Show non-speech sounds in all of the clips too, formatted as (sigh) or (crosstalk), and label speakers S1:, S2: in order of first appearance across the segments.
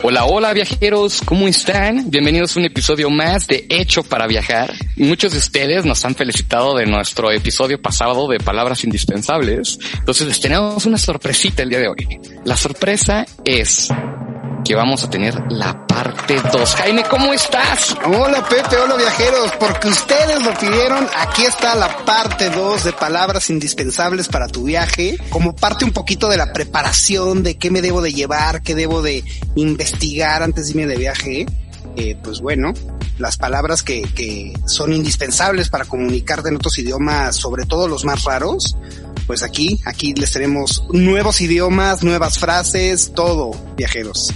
S1: Hola, hola viajeros, ¿cómo están? Bienvenidos a un episodio más de Hecho para Viajar. Muchos de ustedes nos han felicitado de nuestro episodio pasado de Palabras Indispensables. Entonces les tenemos una sorpresita el día de hoy. La sorpresa es que vamos a tener la parte 2. Jaime, ¿cómo estás?
S2: Hola Pepe, hola viajeros, porque ustedes lo pidieron, aquí está la parte 2 de palabras indispensables para tu viaje, como parte un poquito de la preparación de qué me debo de llevar, qué debo de investigar antes de irme de viaje. Eh, pues bueno, las palabras que, que son indispensables para comunicarte en otros idiomas, sobre todo los más raros, pues aquí, aquí les tenemos nuevos idiomas, nuevas frases, todo, viajeros.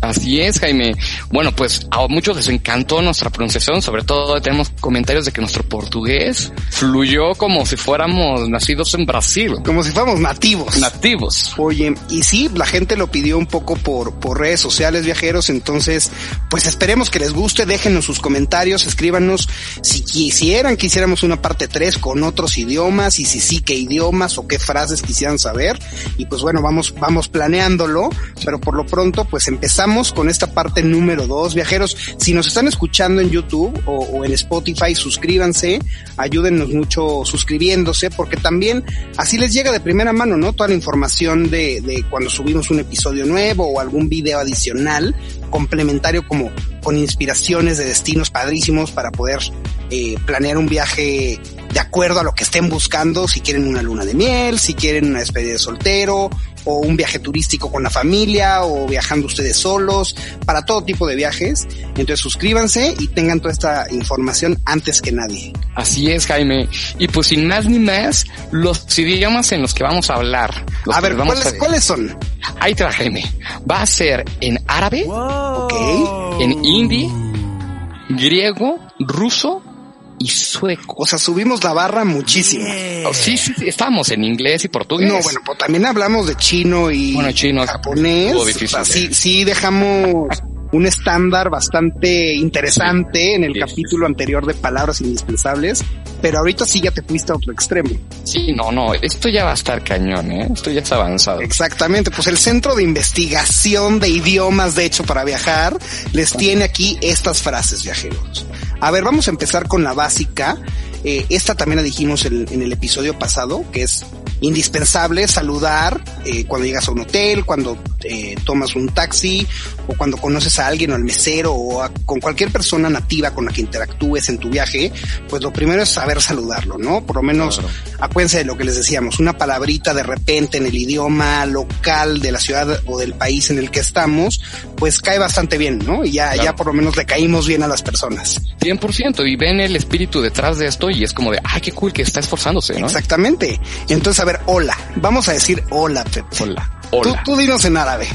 S1: Así es, Jaime. Bueno, pues a muchos les encantó nuestra pronunciación, sobre todo tenemos comentarios de que nuestro portugués fluyó como si fuéramos nacidos en Brasil.
S2: Como si fuéramos nativos.
S1: Nativos.
S2: Oye, y sí, la gente lo pidió un poco por, por redes sociales, viajeros, entonces, pues esperemos que les guste, déjenos sus comentarios, escríbanos si quisieran que hiciéramos una parte 3 con otros idiomas y si sí, qué idiomas o qué frases quisieran saber. Y pues bueno, vamos, vamos planeándolo, pero por lo pronto, pues empezamos con esta parte número 2. Viajeros, si nos están escuchando en YouTube o, o, en Spotify, suscríbanse, ayúdennos mucho suscribiéndose, porque también así les llega de primera mano, ¿no? Toda la información de, de cuando subimos un episodio nuevo o algún video adicional, complementario como con inspiraciones de destinos padrísimos para poder eh, planear un viaje de acuerdo a lo que estén buscando, si quieren una luna de miel, si quieren una despedida de soltero o un viaje turístico con la familia o viajando ustedes solos, para todo tipo de viajes. Entonces suscríbanse y tengan toda esta información antes que nadie.
S1: Así es, Jaime. Y pues sin más ni más, los idiomas en los que vamos a hablar.
S2: A ver, ¿cuáles, a ver, ¿cuáles, son?
S1: Ahí te va, Jaime. Va a ser en árabe,
S2: wow. okay.
S1: en hindi, griego, ruso y sueco.
S2: O sea, subimos la barra muchísimo.
S1: Oh, sí, sí, sí, estamos en inglés y portugués.
S2: No, bueno, pues también hablamos de chino y
S1: bueno, chino,
S2: japonés.
S1: Difícil, ¿eh?
S2: o sea, sí, sí dejamos un estándar bastante interesante sí, en el sí, capítulo anterior de palabras indispensables, pero ahorita sí ya te fuiste a otro extremo.
S1: Sí, no, no, esto ya va a estar cañón, ¿eh? esto ya está avanzado.
S2: Exactamente, pues el Centro de Investigación de Idiomas, de hecho, para viajar, les tiene aquí estas frases, viajeros. A ver, vamos a empezar con la básica. Eh, esta también la dijimos en, en, el episodio pasado, que es indispensable saludar eh, cuando llegas a un hotel, cuando eh, tomas un taxi o cuando conoces a alguien o al mesero o a, con cualquier persona nativa con la que interactúes en tu viaje, pues lo primero es saber saludarlo, ¿no? Por lo menos claro. acuérdense de lo que les decíamos, una palabrita de repente en el idioma local de la ciudad o del país en el que estamos, pues cae bastante bien, ¿no? Y ya, claro. ya por lo menos le caímos bien a las personas.
S1: 100% y ven el espíritu detrás de esto y es como de, ay, qué cool que está esforzándose, ¿no?
S2: Exactamente. Entonces, a ver, hola. Vamos a decir hola, Pepe.
S1: Hola. Hola.
S2: Tú, tú dinos en árabe.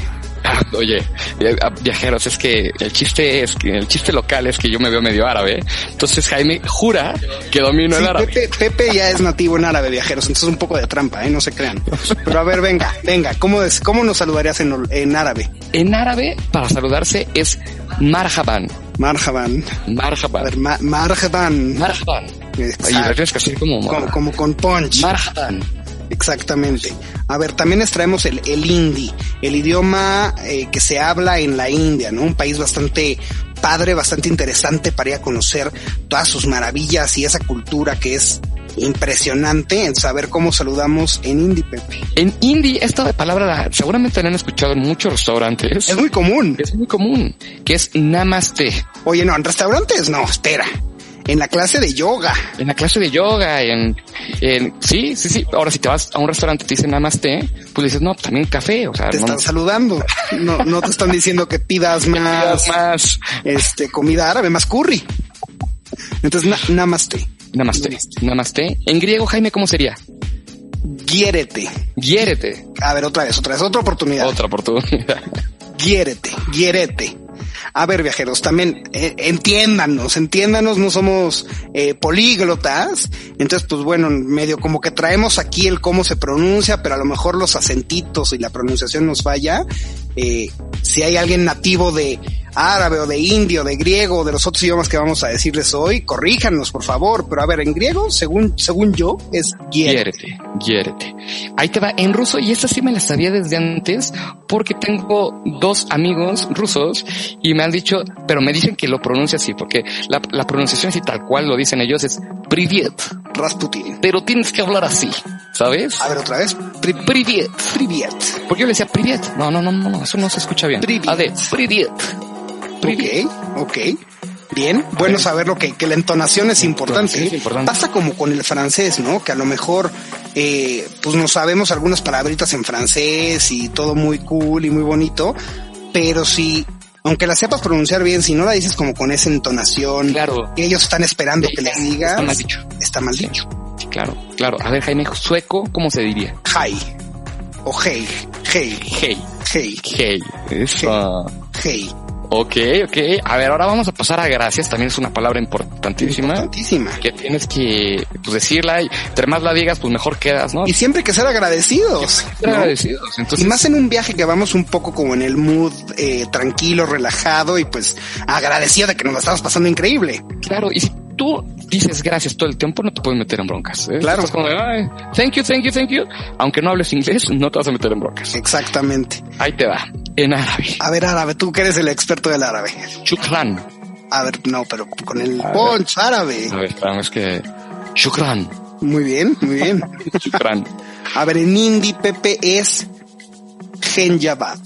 S1: (laughs) Oye, eh, ah, viajeros, es que el chiste es que el chiste local es que yo me veo medio árabe. Entonces Jaime jura que domino sí, el árabe.
S2: Pepe, Pepe, ya es nativo en árabe, viajeros. Entonces un poco de trampa, ¿eh? no se crean. Pero a ver, venga, venga. ¿Cómo es? ¿Cómo nos saludarías en, en árabe?
S1: En árabe para saludarse es marhaban.
S2: Marhaban.
S1: Marhaban.
S2: A ver, ma marhaban.
S1: Marhaban. Oye, tienes que hacer como,
S2: como, como con punch.
S1: Marhaban.
S2: Exactamente. A ver, también extraemos el, el hindi, el idioma eh, que se habla en la India, ¿no? Un país bastante padre, bastante interesante para ir a conocer todas sus maravillas y esa cultura que es impresionante en saber cómo saludamos en hindi, Pepe.
S1: En hindi, esta palabra seguramente la han escuchado en muchos restaurantes.
S2: Es muy común.
S1: Es muy común, que es namaste.
S2: Oye, no, en restaurantes no, espera. En la clase de yoga.
S1: En la clase de yoga, en, en sí, sí, sí. Ahora si te vas a un restaurante y te dicen nada más té, pues le dices, no, también café. O sea,
S2: Te
S1: no,
S2: están saludando. No, no te están diciendo (laughs) que pidas
S1: no pidas
S2: más,
S1: más.
S2: este, comida árabe, más curry. Entonces, na- namaste.
S1: Namaste. Namaste. En griego, Jaime, ¿cómo sería?
S2: Quiérete.
S1: Quiérete.
S2: A ver, otra vez, otra vez, otra oportunidad.
S1: Otra oportunidad.
S2: Quiérete, quiérete. A ver, viajeros, también eh, entiéndanos, entiéndanos, no somos eh, políglotas. Entonces, pues bueno, medio como que traemos aquí el cómo se pronuncia, pero a lo mejor los acentitos y la pronunciación nos falla. Eh, si hay alguien nativo de árabe o de indio, de griego, o de los otros idiomas que vamos a decirles hoy, corríjanos, por favor. Pero a ver, en griego, según, según yo, es quiérete.
S1: Quiérete, quiérete. Ahí te va en ruso y esta sí me la sabía desde antes porque tengo dos amigos rusos y me han dicho, pero me dicen que lo pronuncia así porque la, la pronunciación así tal cual lo dicen ellos es privet,
S2: Rasputin.
S1: pero tienes que hablar así, ¿sabes?
S2: A ver, otra vez. Pri-
S1: Privet.
S2: Privet.
S1: Porque yo le decía privet. No, no, no, no, no, eso no se escucha bien.
S2: Privet.
S1: A ver, privet. Privet.
S2: Ok, ok. Bien, bueno saberlo que, que la entonación es importante.
S1: entonación es importante.
S2: Pasa como con el francés, ¿no? Que a lo mejor, eh, pues no sabemos algunas palabritas en francés y todo muy cool y muy bonito, pero si, aunque la sepas pronunciar bien, si no la dices como con esa entonación,
S1: Claro.
S2: que ellos están esperando que les digas,
S1: Está mal dicho.
S2: está mal dicho.
S1: Sí, claro, claro. A ver, Jaime, sueco, ¿cómo se diría?
S2: Hi, o hey, hey,
S1: Hey,
S2: hey,
S1: hey. Eso.
S2: hey.
S1: Ok, ok. A ver, ahora vamos a pasar a gracias. También es una palabra importantísima
S2: Tantísima.
S1: que tienes que pues, decirla y entre más la digas, pues mejor quedas, ¿no?
S2: Y siempre hay que ser agradecidos.
S1: Ser
S2: ¿no?
S1: agradecidos. Entonces,
S2: y más en un viaje que vamos un poco como en el mood eh, tranquilo, relajado y pues agradecido de que nos la estamos pasando increíble.
S1: claro, y si tú dices gracias todo el tiempo, no te puedes meter en broncas. ¿eh?
S2: Claro.
S1: Estás como de, "Ay, thank you, thank you, thank you. Aunque no hables inglés, no te vas a meter en broncas.
S2: Exactamente.
S1: Ahí te va. En árabe.
S2: A ver, árabe, tú que eres el experto del árabe.
S1: Shukran.
S2: A ver, no, pero con el
S1: A ver.
S2: punch árabe.
S1: A ver, espérame, es que... Shukran.
S2: Muy bien, muy bien. (laughs)
S1: Shukran.
S2: A ver, en hindi, Pepe, es Genjabat.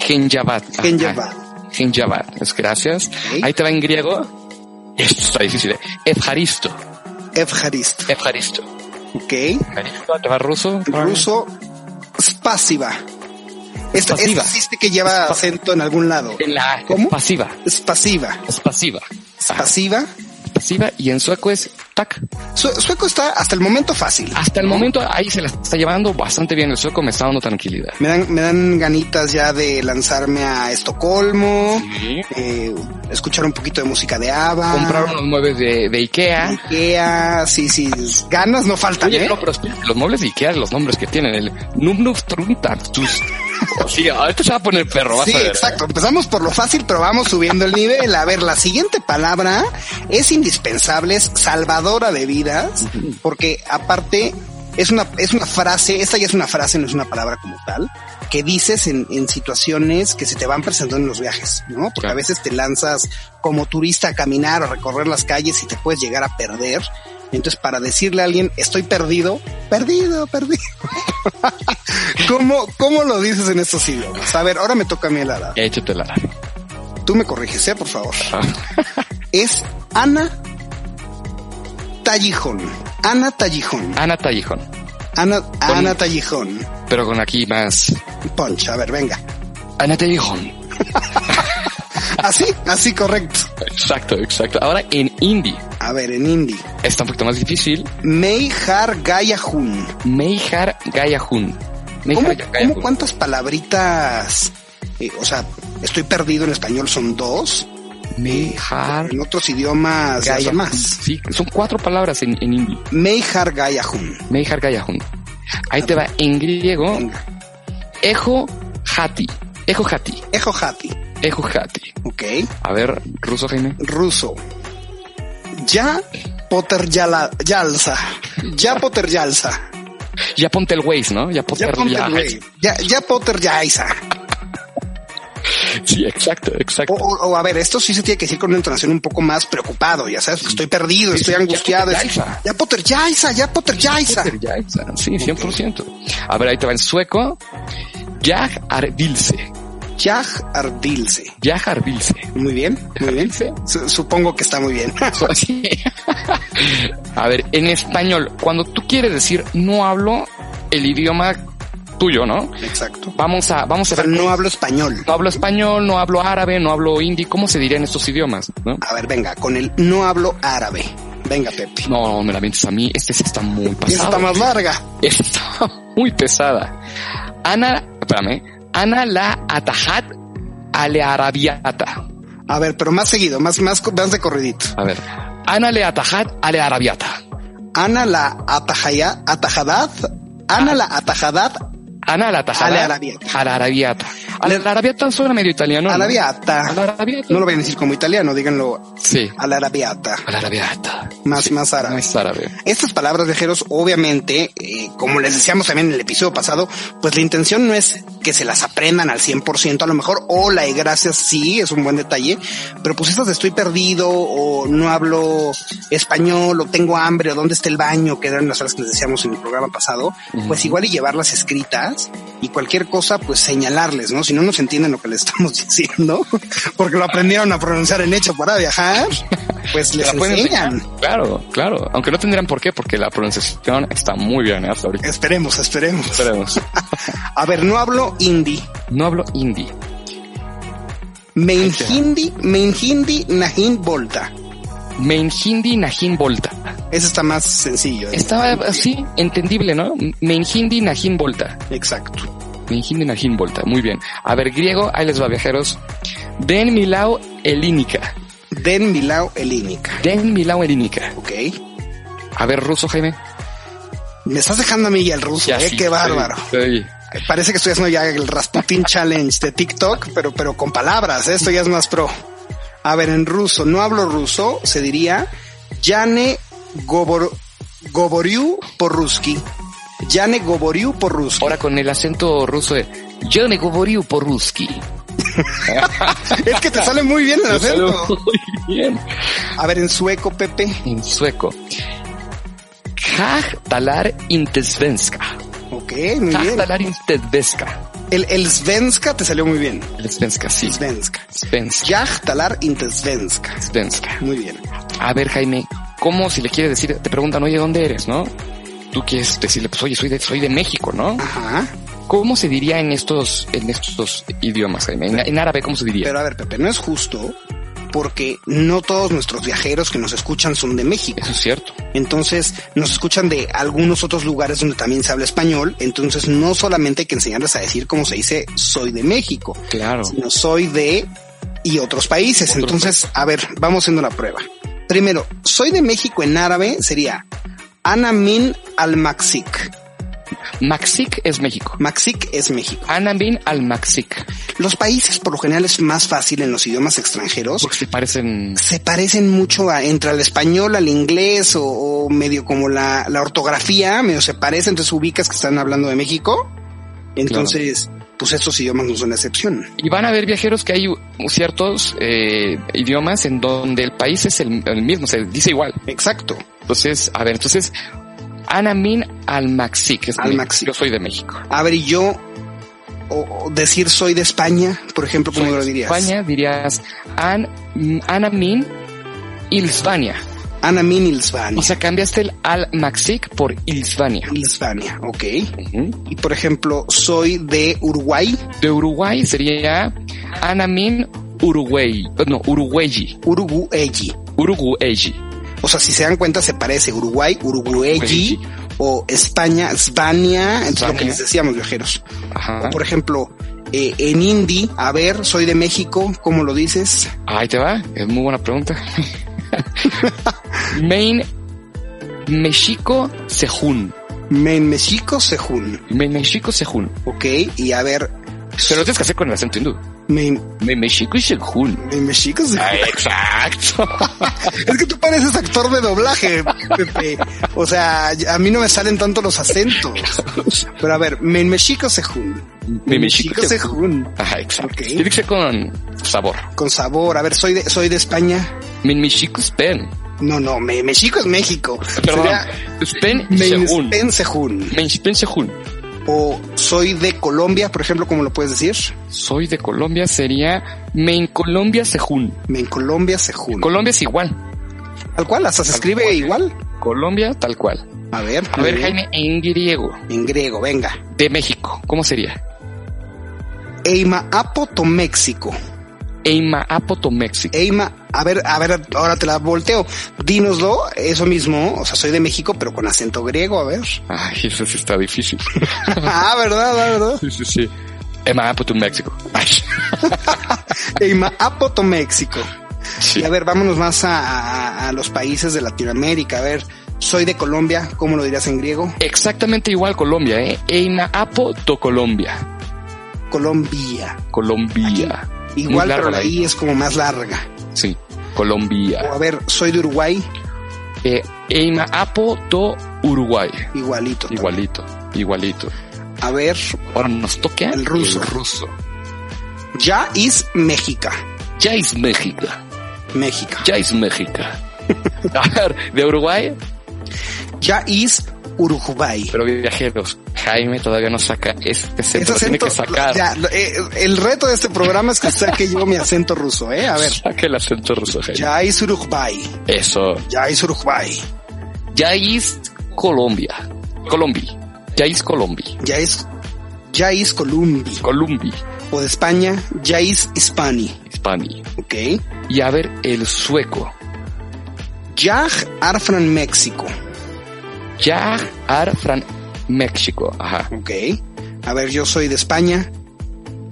S1: Genjabat. Ajá.
S2: Genjabat.
S1: Genjabat. Es gracias. Ahí te va en griego. Esto está difícil. ¿eh? Evharisto.
S2: Evharist.
S1: Evharisto.
S2: Ok.
S1: Evharisto, ¿Te va ruso?
S2: En ruso, Spasiva. Esta es
S1: Spasiva.
S2: existe que lleva acento en algún lado.
S1: En la A,
S2: ¿Cómo?
S1: Es pasiva.
S2: Spasiva.
S1: Es pasiva. Ajá,
S2: Spasiva.
S1: pasiva. Y en sueco es tac.
S2: Su- sueco está hasta el momento fácil.
S1: Hasta el momento ahí se la está llevando bastante bien. El sueco me está dando tranquilidad.
S2: Me dan, me dan ganitas ya de lanzarme a Estocolmo,
S1: Sí.
S2: eh, escuchar un poquito de música de ABBA.
S1: Compraron los muebles de, de Ikea.
S2: Ikea, sí, sí, ganas no faltan,
S1: Oye,
S2: ¿eh?
S1: no, pero espérate, los muebles de Ikea, los nombres que tienen, el Numnuf Truntartus. Sí, ahorita se va a poner perro, vas
S2: Sí,
S1: a ver. ¿eh?
S2: exacto. Empezamos por lo fácil, pero vamos subiendo el nivel. A ver, la siguiente palabra es indispensable, es salvadora de vidas, porque aparte es una, es una frase, esta ya es una frase, no es una palabra como tal, que dices en, en situaciones que se te van presentando en los viajes, ¿no? Porque a
S1: Claro.
S2: veces te lanzas como turista a caminar o recorrer las calles y te puedes llegar a perder. Entonces, para decirle a alguien, estoy perdido, perdido, perdido. (laughs) ¿Cómo, ¿Cómo lo dices en estos idiomas? A ver, ahora me toca a mí el árabe.
S1: Échate la
S2: Tú me corriges, ¿eh? por favor. (laughs) Es Ana Tallijón. Ana Tallijón.
S1: Ana Tallejón,
S2: Ana, Ana Tallijón.
S1: pero con aquí más.
S2: Punch, a ver, venga.
S1: Ana Tallejón.
S2: Así, así correcto.
S1: Exacto, exacto. Ahora en indie
S2: A ver, en hindi.
S1: está un poquito más difícil.
S2: Meijar Gayahun.
S1: Meijar Gayahun.
S2: ¿Cómo,
S1: Meijar
S2: cómo
S1: Gayahun.
S2: cuántas palabritas? eh, o sea, estoy perdido en español, son dos.
S1: Meijar
S2: En otros idiomas ya son
S1: Gayahun.
S2: más.
S1: Sí, son cuatro palabras en, en hindi.
S2: Meijar Gayahun.
S1: Meijar Gayahun. Ahí te va en griego.
S2: Venga.
S1: Ejo Hati. Ejo Hati.
S2: Ejo Hati.
S1: Ejo Hati.
S2: Ok.
S1: A ver, ruso Jaime.
S2: Ruso. Ya Potter Yala- Yalsa. Ya Potter Yalsa.
S1: Ya ponte el Waze, ¿no? Ya ponte
S2: Ya
S1: el
S2: Potter
S1: ya.
S2: güey. Ya, ya Potter Yaisa.
S1: Sí, exacto,
S2: O,
S1: exacto.
S2: o- o, a ver, esto sí se tiene que decir con una entonación un poco más preocupado, ya sabes, que estoy perdido, estoy
S1: ya
S2: angustiado.
S1: Potter
S2: es-
S1: Yaisa.
S2: Ya Potter Yaisa, ya Potter Yaisa.
S1: Peter Jackson, Sí, 100%. A ver, ahí te va en sueco. Jag Arvilse.
S2: Yaj Ardilse.
S1: Jag Arvilse.
S2: Muy bien, muy bien.
S1: Ardilse. (laughs)
S2: Su- supongo que está muy bien.
S1: So- sí. A ver, en español, cuando tú quieres decir no hablo el idioma tuyo, ¿no?
S2: Exacto.
S1: Vamos a, vamos a
S2: O sea,
S1: ver.
S2: no hablo español.
S1: No hablo español, no hablo árabe, no hablo hindi. ¿Cómo se diría en estos idiomas? ¿No?
S2: A ver, venga, con el no hablo árabe. Venga, Pepe.
S1: No, me la mientes a mí. Este sí está muy
S2: Y
S1: pasado.
S2: esa está más larga.
S1: Está (laughs) muy pesada. Ana, espérame. Ana la atajat ale arabiata.
S2: A ver, pero más seguido, más, más, más de corridito.
S1: A ver. Ana le atajat ale arabiata.
S2: Ana la atajaya, atajadad.
S1: Ah.
S2: Ana la atajadad
S1: Ana la atajat
S2: Ale arabiata.
S1: Ale arabiata. Ale
S2: Le-
S1: arabiata suena medio italiano. ¿no?
S2: alabiata.
S1: Ale arabiata.
S2: No lo vayan a decir como italiano, díganlo
S1: Sí.
S2: alabiata.
S1: Ale arabiata.
S2: Más, más
S1: No
S2: árabe.
S1: es árabe.
S2: Estas palabras viajeros, obviamente, eh, como les decíamos también en el episodio pasado, pues la intención no es que se las aprendan al 100%, a lo mejor hola y gracias sí, es un buen detalle, pero pues estas de estoy perdido o no hablo español o tengo hambre o dónde está el baño, que eran las horas que les decíamos en el programa pasado, pues igual y llevarlas escritas y cualquier cosa pues señalarles, ¿no? Si no nos entienden lo que les estamos (laughs) diciendo, porque lo aprendieron a pronunciar en hecho para viajar, pues les
S1: La pueden
S2: enseñan.
S1: enseñar. Claro, claro. Aunque no tendrían por qué, porque la pronunciación está muy bien ¿eh? hasta ahorita.
S2: Esperemos, esperemos.
S1: Esperemos.
S2: A ver, no hablo hindi.
S1: No hablo hindi.
S2: Main
S1: te va.
S2: hindi, main hindi, nahin volta.
S1: Main hindi nahin volta.
S2: Ese está más sencillo. ¿eh?
S1: Estaba así, entendible, ¿no? Main hindi nahin volta.
S2: Exacto.
S1: Main hindi nahin volta. Muy bien. A ver, griego, ahí les va, viajeros. Den milao elínica.
S2: Den milao elínica.
S1: Den milao elínica.
S2: Ok.
S1: A ver, ruso, Jaime.
S2: Me estás dejando a mí y al ruso, ¿eh?
S1: sí,
S2: Qué bárbaro.
S1: sí, sí.
S2: Parece que estoy haciendo ya el Rasputin Challenge de TikTok, pero, pero con palabras. ¿eh? Esto ya es más pro. A ver, en ruso, no hablo ruso, se diría Yane Gobor, Goboriu por ruski. Yane Goboriu por ruski.
S1: Ahora con el acento ruso de Yo me govoriu por ruski.
S2: (laughs) Es
S1: (laughs)
S2: que te sale muy bien el acento.
S1: Muy bien.
S2: A ver, en sueco, Pepe.
S1: En sueco. Kaj talar intesvenska.
S2: Ok, muy
S1: Kaj
S2: bien.
S1: talar intesvenska.
S2: El, el Svenska te salió muy bien.
S1: Svenska, sí.
S2: Svenska.
S1: Svenska.
S2: Yachtalar inte Svenska.
S1: Svenska.
S2: Muy bien.
S1: A ver, Jaime, ¿cómo si le quieres decir, te preguntan, oye, ¿dónde eres, no? Tú quieres decirle, pues oye, soy de, soy de México, ¿no?
S2: Ajá.
S1: ¿Cómo se diría en estos, en estos idiomas, Jaime? En, en árabe, ¿cómo se diría?
S2: Pero a ver, Pepe, no es justo porque no todos nuestros viajeros que nos escuchan son de México.
S1: Eso es cierto.
S2: Entonces nos escuchan de algunos otros lugares donde también se habla español. Entonces no solamente hay que enseñarles a decir como se dice soy de México,
S1: Claro.
S2: sino soy de y otros países.
S1: Otros
S2: Entonces, a ver, vamos haciendo la prueba. Primero, soy de México en árabe sería Anamin al-Maxik.
S1: Maxic es México.
S2: Maxic es México.
S1: Anambin al Maxic.
S2: Los países por lo general es más fácil en los idiomas extranjeros.
S1: Porque se parecen...
S2: Se parecen mucho a, entre al español, al inglés o, o medio como la, la ortografía, medio se parece, entonces ubicas que están hablando de México. Entonces, pues estos idiomas no son la excepción.
S1: Y van a ver viajeros que hay ciertos eh, idiomas en donde el país es el, el mismo, se dice igual.
S2: Exacto.
S1: Entonces, a ver, entonces, Anamin al Maxic. es
S2: Al
S1: mi-
S2: Maxic.
S1: Yo soy de México.
S2: A ver, y yo o- o decir soy de España, por ejemplo, ¿cómo
S1: Soy
S2: lo
S1: de
S2: dirías?
S1: España dirías An, Anamin Ilsvania.
S2: Ana Min
S1: O
S2: Ilsvania.
S1: sea, cambiaste el Al Maxic por Ilsvania.
S2: Ilsvania, ok.
S1: Ujú.
S2: Y por ejemplo, soy de Uruguay.
S1: De Uruguay sería Anamin Uruguay. No, Uruguayi.
S2: Uruguayi.
S1: Uruguayi.
S2: O sea, si se dan cuenta, se parece Uruguay, Uruguayi o España, España, entonces lo que
S1: España.
S2: les decíamos, viajeros.
S1: Ajá.
S2: Por ejemplo, eh, en hindi, a ver, soy de México, ¿cómo lo dices?
S1: Ahí te va. Es muy buena
S2: (laughs)
S1: pregunta. Main México Sejún.
S2: En México, Sejún,
S1: Main México Sejún.
S2: ¿ok? Y a ver,
S1: Pero lo tienes que hacer con el acento hindú.
S2: en
S1: Main México Sejún.
S2: México, Sejún.
S1: Ah, exacto. (laughs)
S2: Es que tú pareces actor de doblaje, Pepe. O sea, a mí no me salen tanto los acentos. Pero a ver, en México, Sejún.
S1: Main México Sejún.
S2: Sejún.
S1: Ajá, Ah, exacto.
S2: Ok.
S1: Tiene que ser con sabor.
S2: Con sabor. A ver, soy de, soy de España.
S1: Min México Spen.
S2: No, no, me- México es México.
S1: Perdón.
S2: Sería
S1: Spen Sejún.
S2: Menispen Sejún.
S1: Min Spen Sejún.
S2: O soy de Colombia, por ejemplo, como lo puedes decir.
S1: Soy de Colombia, sería Main Colombia Sejún.
S2: Me en Colombia Sejún.
S1: Colombia es igual.
S2: Tal cual, hasta se
S1: Tal
S2: escribe
S1: cual.
S2: igual.
S1: Colombia, tal cual.
S2: A ver,
S1: A ver, Jaime, en griego,
S2: En griego, venga.
S1: de México, ¿cómo sería?
S2: Eima Apoto, México.
S1: Eima Apoto, México.
S2: Eima, a ver, a ver, ahora te la volteo. Dínoslo, eso mismo. O sea, soy de México, pero con acento griego,
S1: (laughs)
S2: a ver.
S1: Ay, eso sí está difícil. (laughs)
S2: ah, verdad, ah, verdad.
S1: Sí, sí, sí. Eima Apoto, México. Ay,
S2: Eima Apoto, México.
S1: sí.
S2: Y a ver, vámonos más a, a- a los países de Latinoamérica. A ver, soy de Colombia, ¿cómo lo dirías en griego?
S1: Exactamente igual Colombia, ¿eh? Eima Apoto, Colombia.
S2: Colombia.
S1: Colombia.
S2: Igual,
S1: Muy larga
S2: pero la
S1: la I.
S2: I es como más larga.
S1: Sí,
S2: O
S1: Colombia.
S2: a ver, soy de Uruguay,
S1: Eh, Eima Apoto, Uruguay.
S2: igualito. también.
S1: Igualito, igualito.
S2: A ver,
S1: Ahora nos toca
S2: El ruso.
S1: El ruso.
S2: ya is México.
S1: Ya es México.
S2: México.
S1: Ya es México. (laughs) A ver, de Uruguay,
S2: Ya is Uruguay.
S1: pero viajeros. Jaime todavía no saca este
S2: Ese
S1: centro. tiene que sacar.
S2: ya, lo- eh, el reto de este programa es que saque yo mi acento ruso, ¿eh? A ver,
S1: Saca el acento ruso, Jaime.
S2: ya is Uruguay.
S1: Eso.
S2: Ya is Uruguay.
S1: Ya es Colombia. Colombia. Ya es Colombia.
S2: Ya is, ya is Columbi.
S1: Colombia.
S2: O de España, ya is Hispani.
S1: Hispania.
S2: Ok.
S1: Y a ver, el sueco.
S2: Jag Arfran México.
S1: Ya ar fran México. Ajá.
S2: Ok. A ver, yo soy de España.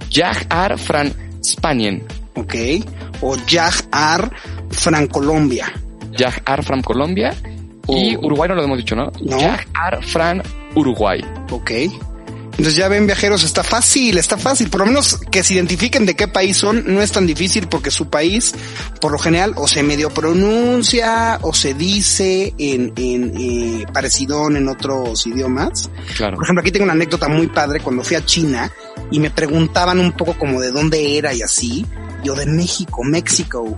S1: Ya ar fran Spanien.
S2: Ok. O Jag Ar Fran Colombia.
S1: Ya ar fran Colombia. Y
S2: Oh.
S1: Uruguay no lo hemos dicho, ¿no?
S2: No.
S1: Ya ar fran Uruguay.
S2: Ok. Entonces ya ven viajeros, está fácil, está fácil. Por lo menos que se identifiquen de qué país son, no es tan difícil porque su país, por lo general, o se medio pronuncia o se dice en, en eh, parecidón en otros idiomas.
S1: Claro.
S2: Por ejemplo, aquí tengo una anécdota muy padre cuando fui a China y me preguntaban un poco como de dónde era y así. Yo de México, México.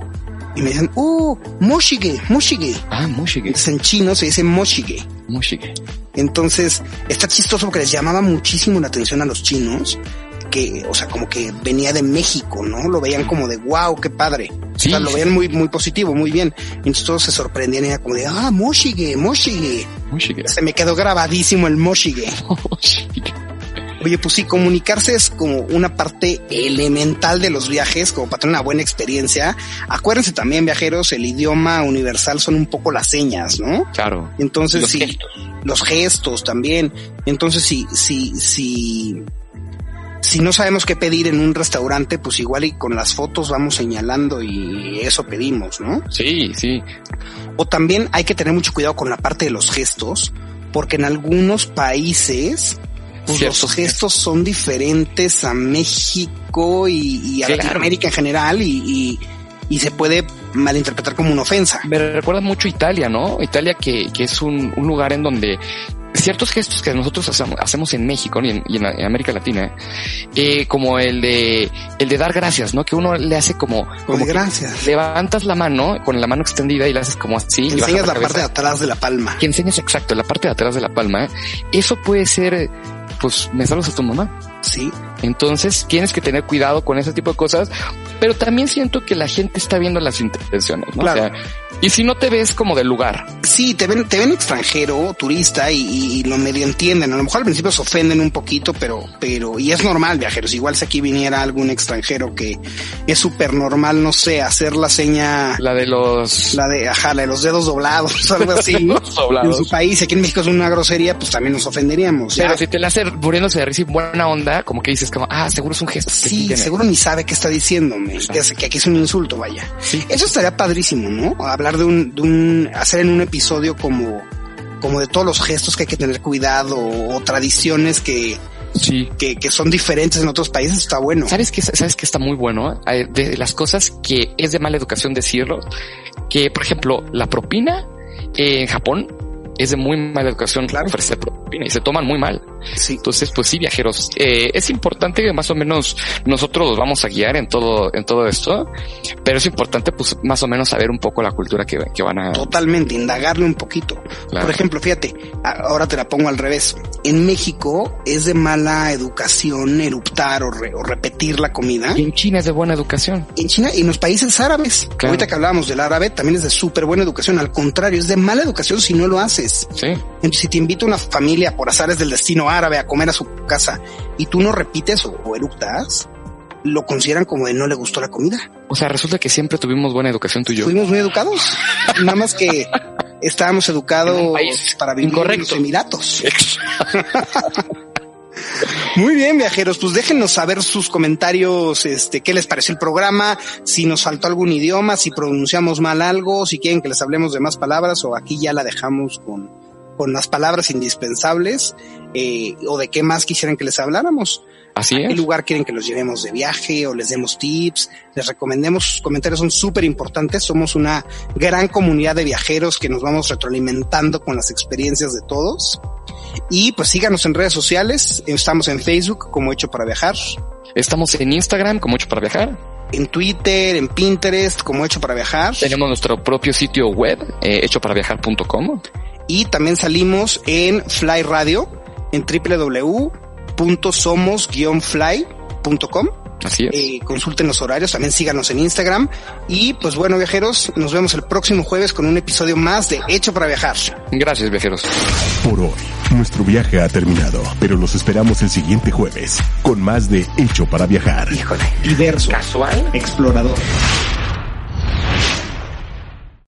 S2: Y me dicen, uh, Moshige, Moshige.
S1: Ah, Moshige.
S2: Entonces en chino se dice Moshige.
S1: Moshige.
S2: Entonces, está chistoso porque les llamaba muchísimo la atención a los chinos, que, o sea, como que venía de México, ¿no? Lo veían como de, wow, qué padre.
S1: Sí.
S2: O sea, lo veían muy, muy positivo, muy bien. Entonces todos se sorprendían y era como de, ah, Moshige, Moshige.
S1: Moshige.
S2: (laughs) Se me quedó grabadísimo el Moshige.
S1: Moshige.
S2: Oye, pues sí, comunicarse es como una parte elemental de los viajes, como para tener una buena experiencia. Acuérdense también, viajeros, el idioma universal son un poco las señas, ¿no?
S1: Claro.
S2: Entonces,
S1: Los
S2: sí,
S1: gestos.
S2: los gestos también. Entonces, si, si, si, si no sabemos qué pedir en un restaurante, pues igual y con las fotos vamos señalando y eso pedimos, ¿no?
S1: Sí, sí.
S2: O también hay que tener mucho cuidado con la parte de los gestos, porque en algunos países pues,
S1: Ciertos
S2: los gestos son diferentes a México y, y a
S1: Claro.
S2: Latinoamérica en general y, y- y se puede malinterpretar como una ofensa.
S1: Me recuerda mucho Italia, ¿no? Italia que, que es un, un lugar en donde ciertos gestos que nosotros hacemos, hacemos en México ¿no? y en, y en- en América Latina, eh, como el de, el de dar gracias, ¿no? Que uno le hace como,
S2: Como
S1: como que
S2: gracias.
S1: levantas la mano con la mano extendida y le haces como así. y bajas
S2: Enseñas la
S1: cabeza.
S2: parte de atrás de la palma.
S1: que enseñas exacto, la parte de atrás de la palma, eso puede ser, pues, me saludas a tu mamá.
S2: Sí,
S1: Entonces tienes que tener cuidado con ese tipo de cosas, pero también siento que la gente está viendo las intenciones, ¿no?
S2: Claro.
S1: O sea, y si no te ves como del lugar,
S2: Sí, te ven, te ven extranjero, turista y, y- y lo medio entienden. A lo mejor al principio se ofenden un poquito, pero, pero, y es normal, viajeros. Igual si aquí viniera algún extranjero que es súper normal, no sé, hacer la seña,
S1: la de los,
S2: la de, ajá, la de los dedos doblados, (laughs) algo así.
S1: los
S2: en
S1: doblados.
S2: su país, aquí en México es una grosería, pues también nos ofenderíamos. ya.
S1: Pero si te la hace muriéndose de risa y buena onda, como que dices como, ah, seguro es un gesto. que
S2: Sí,
S1: tiene".
S2: seguro ni sabe qué está diciéndome.
S1: Exacto.
S2: Que, hace- que aquí es un insulto, vaya.
S1: Sí.
S2: Eso estaría padrísimo, ¿no? Hablar de un, de un, hacer en un episodio como, como de todos los gestos que hay que tener cuidado o, tradiciones que,
S1: Sí.
S2: que, que son diferentes en otros países, está bueno.
S1: ¿Sabes que sabes que está muy bueno? Eh, De las cosas que es de mala educación decirlo, que por ejemplo, la propina eh, en Japón es de muy mala educación
S2: Claro.
S1: ofrecer propina y se toman muy mal. Sí. Entonces, pues sí, viajeros, eh, es importante que más o menos nosotros los vamos a guiar en todo, en todo esto, pero es importante pues más o menos saber un poco la cultura que, que van a...
S2: Totalmente, indagarle un poquito. Claro. Por ejemplo, fíjate, ahora te la pongo al revés. En México es de mala educación eruptar o, re, o repetir la comida.
S1: Y en China es de buena educación.
S2: En China y en los países árabes. Claro. Ahorita que hablábamos del árabe, también es de súper buena educación. Al contrario, es de mala educación si no lo haces.
S1: Sí.
S2: Entonces, si te invita una familia por azares del destino árabe a comer a su casa y tú no repites o, o eructas, lo consideran como de no le gustó la comida.
S1: O sea, resulta que siempre tuvimos buena educación tú y yo.
S2: Fuimos muy educados. Nada más que estábamos educados para vivir
S1: Incorrecto.
S2: en los Emiratos. Muy bien, viajeros, pues déjenos saber sus comentarios, este, qué les pareció el programa, si nos faltó algún idioma, si pronunciamos mal algo, si quieren que les hablemos de más palabras o aquí ya la dejamos con, con las palabras indispensables eh, o de qué más quisieran que les habláramos.
S1: Así es.
S2: ¿A qué lugar quieren que los llevemos de viaje o les demos tips? Les recomendemos, sus comentarios son súper importantes. Somos una gran comunidad de viajeros que nos vamos retroalimentando con las experiencias de todos. Y pues síganos en redes sociales. Estamos en Facebook como Hecho para Viajar.
S1: Estamos en Instagram como Hecho para Viajar
S2: en Twitter, en Pinterest, como Hecho para Viajar.
S1: Tenemos nuestro propio sitio web, eh, hechoparaviajar.com.
S2: Y también salimos en Fly Radio, en www.somos-fly.com.
S1: Así es.
S2: Eh, consulten los horarios, también síganos en Instagram. Y pues bueno, viajeros, nos vemos el próximo jueves con un episodio más de Hecho para Viajar.
S1: Gracias, viajeros.
S3: Por hoy, nuestro viaje ha terminado, pero los esperamos el siguiente jueves con más de Hecho para Viajar.
S2: Híjole. Diverso.
S1: Casual.
S2: Explorador.